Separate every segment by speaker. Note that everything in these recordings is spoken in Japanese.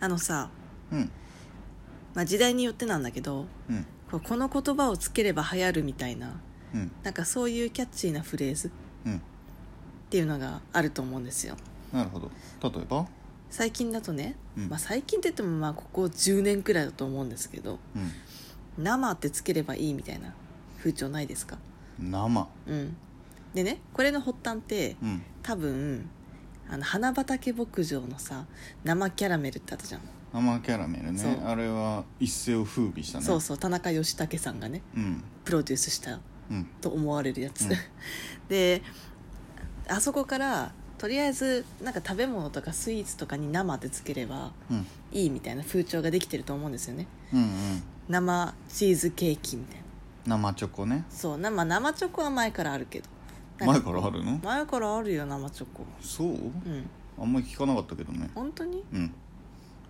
Speaker 1: あのさ、
Speaker 2: うん
Speaker 1: まあ、時代によってなんだけど
Speaker 2: うん
Speaker 1: こうこの言葉をつければ流行るみたいな
Speaker 2: うん
Speaker 1: なんかそういうキャッチーなフレーズっ
Speaker 2: うん
Speaker 1: ていうのがあると思うんですよ
Speaker 2: なるほど例えば
Speaker 1: 最近だとね、
Speaker 2: うん
Speaker 1: まあ、最近って言ってもまあここ10年くらいだと思うんですけど
Speaker 2: う
Speaker 1: 「生」ってつければいいみたいな風潮ないですか
Speaker 2: ん生
Speaker 1: うんでねこれの発端って
Speaker 2: うん
Speaker 1: 多分あの花畑牧場のさ生キャラメルってあったじゃん、
Speaker 2: 生キャラメル
Speaker 1: そう
Speaker 2: ねあれは一世を風靡したね
Speaker 1: そうそう田中義武さんがね
Speaker 2: うん
Speaker 1: プロデュースした
Speaker 2: うん
Speaker 1: と思われるやつ、
Speaker 2: うん
Speaker 1: であそこからとりあえずなんか食べ物とかスイーツとかに生ってつければ
Speaker 2: うん
Speaker 1: いいみたいな風潮ができてると思うんですよね
Speaker 2: うんうん
Speaker 1: 生チーズケーキみたいな
Speaker 2: 生チョコね
Speaker 1: そう生生チョコは前からあるけど
Speaker 2: 前からあるの
Speaker 1: 前からあるよ生チョコ
Speaker 2: そう
Speaker 1: うん
Speaker 2: あんまり聞かなかったけどね
Speaker 1: 本当に
Speaker 2: うん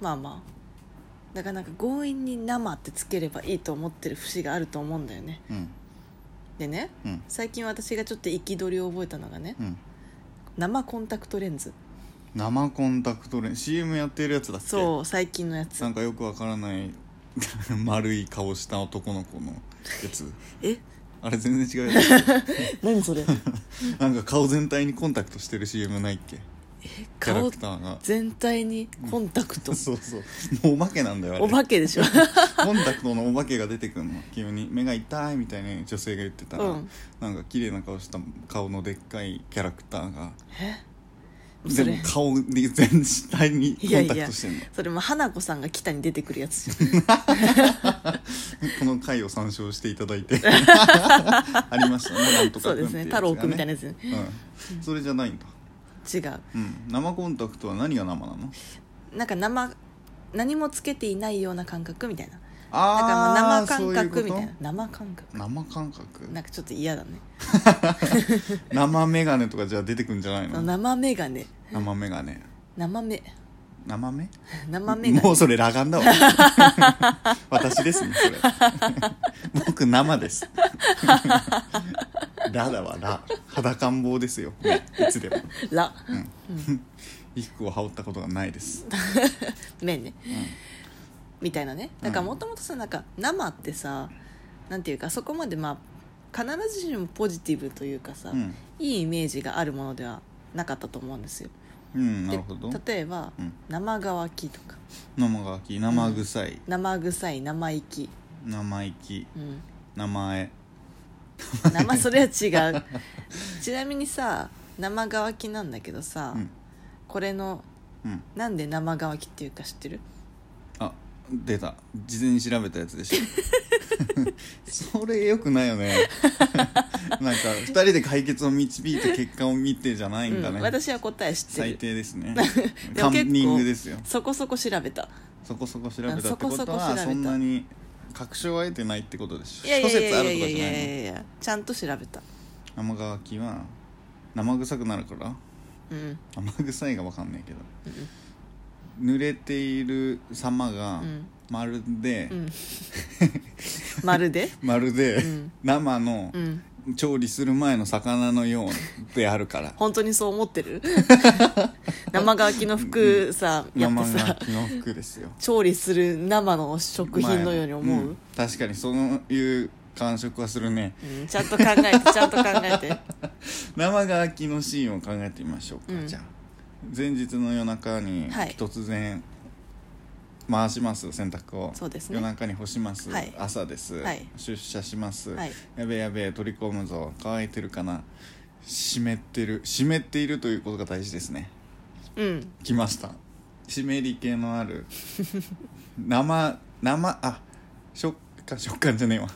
Speaker 1: まあまあだからなんか強引に生ってつければいいと思ってる節があると思うんだよね
Speaker 2: うん
Speaker 1: でね
Speaker 2: うん
Speaker 1: 最近私がちょっと憤りを覚えたのがね
Speaker 2: うん
Speaker 1: 生コンタクトレンズ
Speaker 2: 生コンタクトレン CM やってるやつだっけ
Speaker 1: そう最近のやつ
Speaker 2: なんかよくわからない丸い顔した男の子のやつ
Speaker 1: え
Speaker 2: あれ全然違うやつ
Speaker 1: 何それ
Speaker 2: なんか顔全体にコンタクトしてる CM ないっけキャラ
Speaker 1: 顔
Speaker 2: クターが
Speaker 1: 全体にコンタクト
Speaker 2: そうそうもうお化けなんだよあれ
Speaker 1: お化けでしょ
Speaker 2: コンタクトのお化けが出てくるの急に目が痛いみたいな女性が言ってたら、
Speaker 1: うん
Speaker 2: なんか綺麗な顔した顔のでっかいキャラクターが
Speaker 1: えそ
Speaker 2: で
Speaker 1: れ
Speaker 2: も顔に全体にコ
Speaker 1: いや
Speaker 2: ン
Speaker 1: い
Speaker 2: タク
Speaker 1: や
Speaker 2: トしてんの
Speaker 1: それも花子さんが北に出てくるやつじゃん
Speaker 2: この回を参照していただ いてありましたねなんと
Speaker 1: そ
Speaker 2: か
Speaker 1: うで
Speaker 2: 君っ
Speaker 1: すね
Speaker 2: ていうやつが
Speaker 1: 太郎くんみたいなやつね
Speaker 2: うん、それじゃないんだ、
Speaker 1: 違う
Speaker 2: うん、生コンタクトは何が生なの
Speaker 1: なんか生何もつけていないような感覚みたいなだからもう
Speaker 2: あ
Speaker 1: 生
Speaker 2: ーそう
Speaker 1: 感
Speaker 2: うこ
Speaker 1: 覚
Speaker 2: と
Speaker 1: みたいな生感覚
Speaker 2: 生感覚
Speaker 1: なんかちょっと嫌だね
Speaker 2: 生眼鏡とかじゃあ出てくんじゃないの
Speaker 1: 生眼鏡
Speaker 2: 生眼鏡
Speaker 1: 生目
Speaker 2: 生目
Speaker 1: 生眼
Speaker 2: も
Speaker 1: 鏡
Speaker 2: うそれ裸眼だ わ私ですねそれ僕生ですラだわラ裸ん坊ですよいつでも
Speaker 1: ラ
Speaker 2: 衣服を羽織ったことがないです
Speaker 1: 目ねみたいなねだからもともとさなんか生ってさなんていうかそこまでまあ必ずしもポジティブというかさ、
Speaker 2: うん、
Speaker 1: いいイメージがあるものではなかったと思うんですよ
Speaker 2: うん、な
Speaker 1: で
Speaker 2: るほど
Speaker 1: 例えば、
Speaker 2: うん
Speaker 1: 生乾きとか
Speaker 2: 生乾き生臭い、
Speaker 1: 生臭い生意気、
Speaker 2: 生意気
Speaker 1: うん、
Speaker 2: 名前
Speaker 1: 生それは違うちなみにさ生乾きなんだけどさ、
Speaker 2: うん
Speaker 1: これの
Speaker 2: うん
Speaker 1: なんで生乾きっていうか知ってる
Speaker 2: あ出た事前に調べたやつ でしょそれよくないよねなんか2人で解決を導いた結果を見てじゃないんだね、
Speaker 1: うん、私は答え知って
Speaker 2: 最
Speaker 1: る
Speaker 2: 低ですね
Speaker 1: で
Speaker 2: カ
Speaker 1: も結構
Speaker 2: ンニングですよ
Speaker 1: そこそこ調べた
Speaker 2: そこそこ調べたって
Speaker 1: そこ
Speaker 2: こ
Speaker 1: そ
Speaker 2: と
Speaker 1: こ調
Speaker 2: は
Speaker 1: べた
Speaker 2: そんなに確証は得てないってことでしょ
Speaker 1: いやいや
Speaker 2: 諸
Speaker 1: いや
Speaker 2: 説あ
Speaker 1: いや
Speaker 2: る
Speaker 1: い
Speaker 2: と
Speaker 1: や
Speaker 2: かじ
Speaker 1: い
Speaker 2: ゃ
Speaker 1: や
Speaker 2: ない
Speaker 1: い
Speaker 2: の
Speaker 1: やいやちゃんと調べた
Speaker 2: 生乾きは生臭くなるから
Speaker 1: うん
Speaker 2: 生臭いが分かんないけど、濡れている様 が
Speaker 1: うん
Speaker 2: まるで、
Speaker 1: うんまるで
Speaker 2: まるで、
Speaker 1: ん
Speaker 2: 生の
Speaker 1: うん
Speaker 2: 調理する前の魚のようであるから
Speaker 1: 本当にそう思って る生乾きの服さやっ
Speaker 2: 生
Speaker 1: ぱさ
Speaker 2: が気の服ですよ
Speaker 1: 調理する生の食品のように思う、
Speaker 2: ん確かにそういう感触はするね
Speaker 1: うん、ちゃんと考えてちゃんと考えて
Speaker 2: 生乾きのシーンを考えてみましょうか、
Speaker 1: うん
Speaker 2: じゃあ前日の夜中に
Speaker 1: はい
Speaker 2: 突然回します洗濯を
Speaker 1: そうですね
Speaker 2: 夜中に干します、
Speaker 1: はい
Speaker 2: 朝です、
Speaker 1: はい
Speaker 2: 出社します、
Speaker 1: はい
Speaker 2: やべえやべえ取り込むぞ乾いてるかな湿ってる湿っているということが大事ですね
Speaker 1: うん
Speaker 2: 来ました湿り気のあ る生生あ食感食感じゃねえわ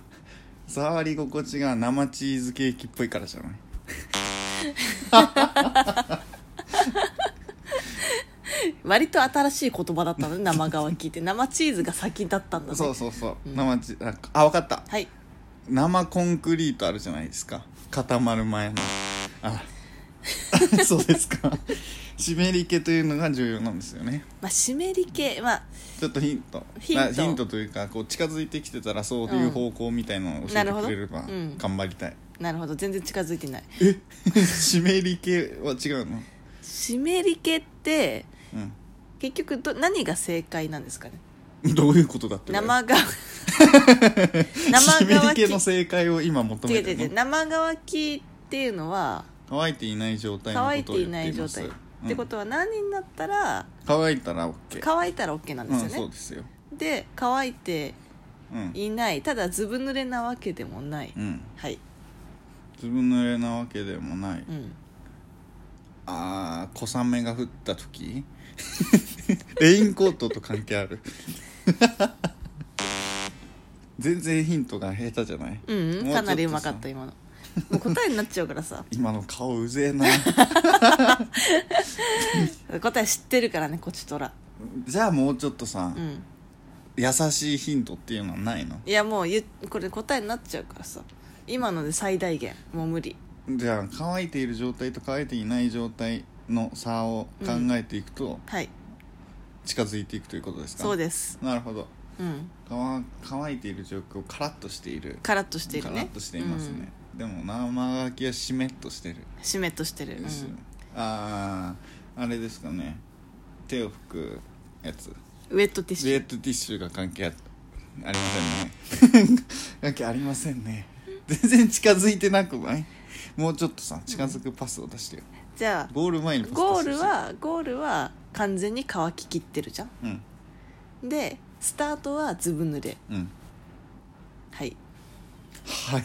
Speaker 2: 触り心地が生チーズケーキっぽいからじゃない
Speaker 1: 割と新しい言葉だったのね生乾きって生チーズが先だったんだね
Speaker 2: そうそうそう、生チああ分かった
Speaker 1: はい
Speaker 2: 生コンクリートあるじゃないですか固まる前のあ そうですか湿り気というのが重要なんですよね
Speaker 1: まあ湿り系まあ
Speaker 2: ちょっとヒント
Speaker 1: ヒント
Speaker 2: あヒントというかこう近づいてきてたらそういう方向みたいのを教
Speaker 1: な
Speaker 2: え
Speaker 1: るほ
Speaker 2: て
Speaker 1: ど
Speaker 2: くれれば
Speaker 1: うん
Speaker 2: 頑張りたい、
Speaker 1: なるほど全然近づいてない
Speaker 2: え湿り気は違うの
Speaker 1: 湿り系って
Speaker 2: うん
Speaker 1: 結局ど何が正解なんですかね
Speaker 2: どういうことだって
Speaker 1: 生 が
Speaker 2: 生
Speaker 1: 生乾き
Speaker 2: 系の正解を今求
Speaker 1: 違
Speaker 2: め
Speaker 1: う違
Speaker 2: て
Speaker 1: う違う
Speaker 2: るの
Speaker 1: 生乾きっていうのは
Speaker 2: 乾いていない状態の
Speaker 1: 乾い
Speaker 2: ことを
Speaker 1: てい
Speaker 2: 言
Speaker 1: な
Speaker 2: って
Speaker 1: い
Speaker 2: いま
Speaker 1: 状
Speaker 2: す
Speaker 1: 態ってこ
Speaker 2: うん
Speaker 1: とは何になったら
Speaker 2: 乾いたら OK
Speaker 1: 乾いたら OK なんです
Speaker 2: うんそ
Speaker 1: よ
Speaker 2: う
Speaker 1: ね
Speaker 2: ですよ
Speaker 1: で乾いて
Speaker 2: うん
Speaker 1: いないただずぶ濡れなわけでもない
Speaker 2: うん
Speaker 1: はい
Speaker 2: ずぶ濡れなわけでもない
Speaker 1: うん
Speaker 2: あー小雨が降った時 レインコートと関係ある 全然ヒントが下手じゃない
Speaker 1: うんう
Speaker 2: も
Speaker 1: ん
Speaker 2: うちょ
Speaker 1: か
Speaker 2: っとさ
Speaker 1: なりうまかった今のもう答えになっちゃうからさ
Speaker 2: 今の顔うぜえな
Speaker 1: 答え知ってるからねこっちとら
Speaker 2: じゃあもうちょっとさ、
Speaker 1: うん
Speaker 2: 優しいヒントっていうのはないの
Speaker 1: いやもうゆこれ答えになっちゃうからさ今ので最大限もう無理
Speaker 2: じゃあ乾いている状態と乾いていない状態の差を考えていくと
Speaker 1: はい
Speaker 2: 近づいていくということですか、
Speaker 1: そうです
Speaker 2: なるほど
Speaker 1: うん
Speaker 2: 乾乾いている状況カラッとしている
Speaker 1: カラッとしてるね
Speaker 2: カラッとしていますね、でも生乾きは湿っとしてる
Speaker 1: うんしめっとしてる、うん
Speaker 2: ですよ、あああれですかね手を拭くやつ
Speaker 1: ウェットティッ
Speaker 2: ウ
Speaker 1: シ
Speaker 2: ェ
Speaker 1: ュ
Speaker 2: ットティッシュが関係あありません ね関係ありませんね全然近づいてなくないもうちょっとさ近づくパスを出してよ、
Speaker 1: じゃあ
Speaker 2: ゴール前にパス
Speaker 1: ゴー
Speaker 2: 出
Speaker 1: ル
Speaker 2: して
Speaker 1: はゴールは完全に乾ききってるじゃ
Speaker 2: うん
Speaker 1: んでスタートはずぶ濡れ
Speaker 2: うん
Speaker 1: はい
Speaker 2: はい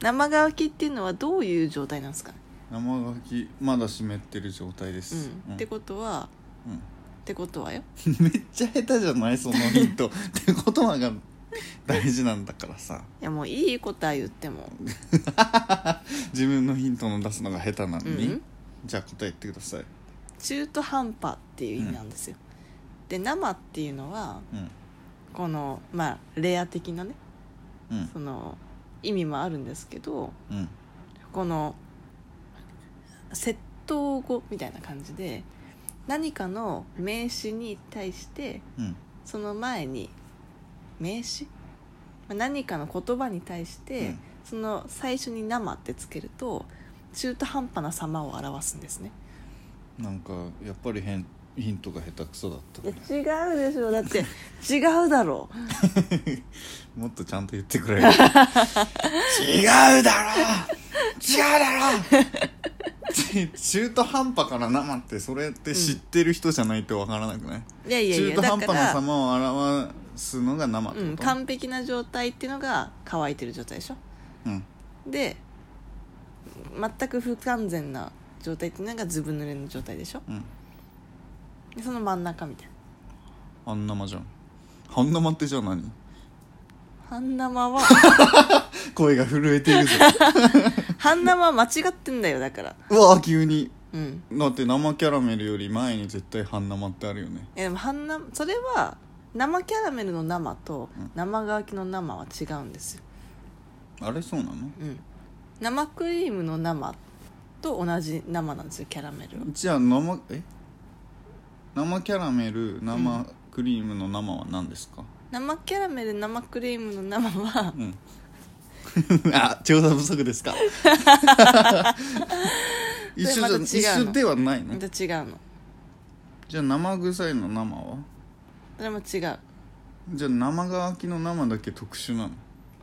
Speaker 1: 生乾きっていうのはどういう状態なんですかね、
Speaker 2: 生乾きまだ湿ってる状態で
Speaker 1: う
Speaker 2: す、
Speaker 1: ん
Speaker 2: うん
Speaker 1: ってことは
Speaker 2: うん
Speaker 1: ってことはよ
Speaker 2: めっちゃ下手じゃないそのヒントってことはが大事なんだからさ
Speaker 1: いやもういい答え言って も
Speaker 2: 自分のヒントの出すのが下手なのに、
Speaker 1: うん
Speaker 2: じゃあ答えってください、
Speaker 1: 中途半端っていう意味なんですよ、で生っていうのは
Speaker 2: うん
Speaker 1: このまあレア的なね
Speaker 2: うん
Speaker 1: その意味もあるんですけど
Speaker 2: うん
Speaker 1: この窃盗語みたいな感じで何かの名詞に対して
Speaker 2: うん
Speaker 1: その前に名詞まあ何かの言葉に対して、
Speaker 2: うん
Speaker 1: その最初に「生」ってつけると中途半端な様を表すんですね
Speaker 2: なんかやっぱり変ヒントが下手くそ だった
Speaker 1: いや違
Speaker 2: ね
Speaker 1: うでしょだって 違うだろう
Speaker 2: もっとちゃんと言ってくれよ違うだろ違うだろち中途半端から生ってそれって知ってる人じゃないとわからなくない、
Speaker 1: いやいやい
Speaker 2: 中
Speaker 1: や
Speaker 2: 途
Speaker 1: だ
Speaker 2: 半
Speaker 1: か
Speaker 2: 端な
Speaker 1: ら、
Speaker 2: 様を表すのが生って
Speaker 1: う
Speaker 2: こと、
Speaker 1: ん、完璧な状態っていうのが乾いてる状態でしょ
Speaker 2: うん
Speaker 1: で全く不完全な状態っていうのがずぶ濡れの状態でしょ
Speaker 2: うん
Speaker 1: でその真ん中みたいな
Speaker 2: 半生じゃん半生ってじゃあ何
Speaker 1: 半生 は
Speaker 2: 声が震えているぞ
Speaker 1: 半生は間違ってんだよだから
Speaker 2: うわ急に
Speaker 1: うん
Speaker 2: だって生キャラメルより前に絶対半生ってあるよね
Speaker 1: いやでも半生それは生キャラメルの生と
Speaker 2: うん
Speaker 1: 生乾きの生は違うんですよ、
Speaker 2: あれそうなの
Speaker 1: うん、生クリームの生と同じ生なんですよキャラメルは
Speaker 2: じゃあ生え生キャラメル生クリームの生は何ですか
Speaker 1: 生キャラメル生クリームの生は
Speaker 2: うん あ調査不足ですか 一緒じゃ
Speaker 1: それまた違うの
Speaker 2: 一緒ではない
Speaker 1: ま
Speaker 2: の
Speaker 1: た違うの
Speaker 2: じゃあ生臭いの生は
Speaker 1: それも違う
Speaker 2: じゃあ生乾きの生だけ特殊なの、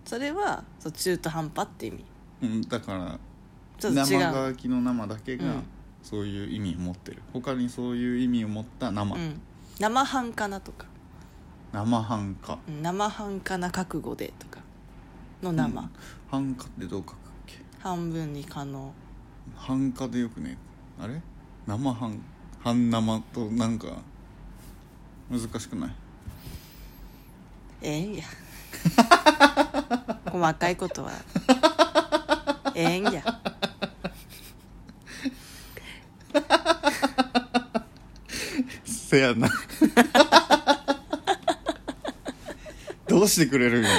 Speaker 1: それはそう中途半端って意味
Speaker 2: うん、だから
Speaker 1: ちょっと違
Speaker 2: 生
Speaker 1: う
Speaker 2: 乾きの生だけが、
Speaker 1: うん
Speaker 2: そういう意味を持ってる他にそういう意味を持った生、
Speaker 1: うん、生半可なとか
Speaker 2: 生半可
Speaker 1: うん生半可な覚悟でとかの生、
Speaker 2: うん半可ってどう書くっけ
Speaker 1: 半分に可能
Speaker 2: 半可でよくねあれ生半半生となんか難しくない
Speaker 1: ええんや細かい ことはええんや
Speaker 2: せ やなどうしてくれるんよ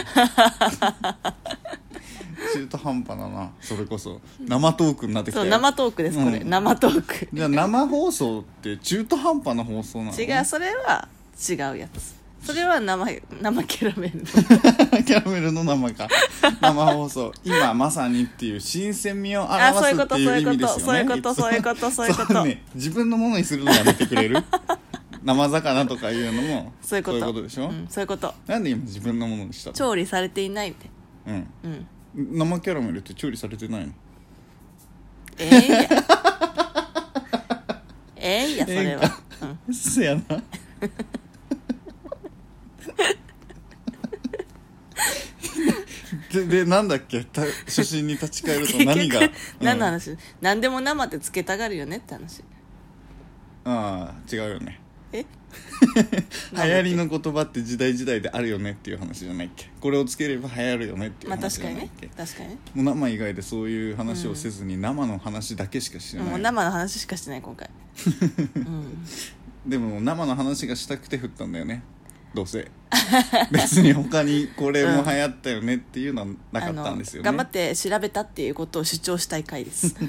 Speaker 2: 中途半端だなそれこそ生トークになってき
Speaker 1: そう
Speaker 2: たよ
Speaker 1: 生トークですこれ、
Speaker 2: うん
Speaker 1: 生トーク
Speaker 2: じゃあ生放送って中途半端な放送なの
Speaker 1: 違うそれは違うやつそれは生生キャラメルの
Speaker 2: キャラメルの生か生放送今まさにっていう新鮮味を表
Speaker 1: あそういう
Speaker 2: すっ
Speaker 1: こ
Speaker 2: て
Speaker 1: と
Speaker 2: い
Speaker 1: そう
Speaker 2: う
Speaker 1: い
Speaker 2: 意
Speaker 1: う
Speaker 2: 味
Speaker 1: こ
Speaker 2: で
Speaker 1: と
Speaker 2: すよ
Speaker 1: そうい
Speaker 2: ね
Speaker 1: うことそういうことそういうこ
Speaker 2: そう
Speaker 1: と
Speaker 2: ね自分のものにするのやめてくれる生魚とかいうのも
Speaker 1: そういうこと
Speaker 2: でしょ、
Speaker 1: うん、そういうこと
Speaker 2: なんで今自分のものにしたの
Speaker 1: 調理されていないみたい
Speaker 2: うん
Speaker 1: なうん
Speaker 2: 生キャラメルって調理されてないの
Speaker 1: ええやええやそれは
Speaker 2: ええか、そやなででなんだっけた初心に立ち返ると
Speaker 1: うん、
Speaker 2: 何が、
Speaker 1: 結局何の
Speaker 2: うん
Speaker 1: 話、何でも生ってつけたがるよねって話
Speaker 2: ああ違うよね
Speaker 1: え
Speaker 2: 流行りの言葉って時代時代であるよねっていう話じゃないっけこれをつければ流行るよねっていう
Speaker 1: まあ確
Speaker 2: 話じゃ
Speaker 1: か
Speaker 2: な
Speaker 1: に
Speaker 2: いっ
Speaker 1: ね
Speaker 2: け、
Speaker 1: 確かにね
Speaker 2: もう生以外でそういう話をせずに生の話だけしかしてない、
Speaker 1: もう生の話しかしてない今回うん
Speaker 2: でも生の話がしたくて振ったんだよねどうせ 別に他にこれも流行ったよねっていうのはなかったんですよね、
Speaker 1: あの頑張って調べたっていうことを主張したい回です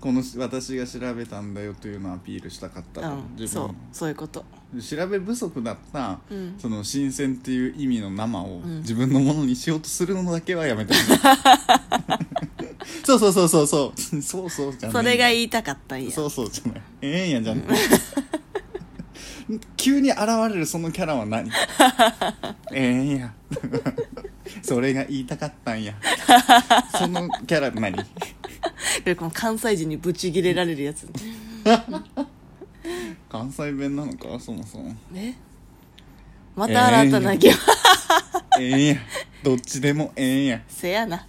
Speaker 2: この私が調べたんだよというのをアピールしたかった
Speaker 1: う
Speaker 2: と、
Speaker 1: ん
Speaker 2: 自分
Speaker 1: そ
Speaker 2: の
Speaker 1: うそういうこと
Speaker 2: 調べ不足だった、
Speaker 1: うん
Speaker 2: その新鮮っていう意味の生を
Speaker 1: ん
Speaker 2: 自分のものにしようとするのだけはやめてほしい そうそうそうそうそうそうそうじゃない
Speaker 1: それが言いたかったんや
Speaker 2: そうそうじゃないええんやじゃない急に現れるそのキャラ は何ええんやそれが言いたかったんやそのキャラ何
Speaker 1: でこの関西人にブチギレられるやつ
Speaker 2: 関西弁なのかそもそも
Speaker 1: ねまた新たな疑惑、
Speaker 2: ええんやどっちでもええんや
Speaker 1: せやな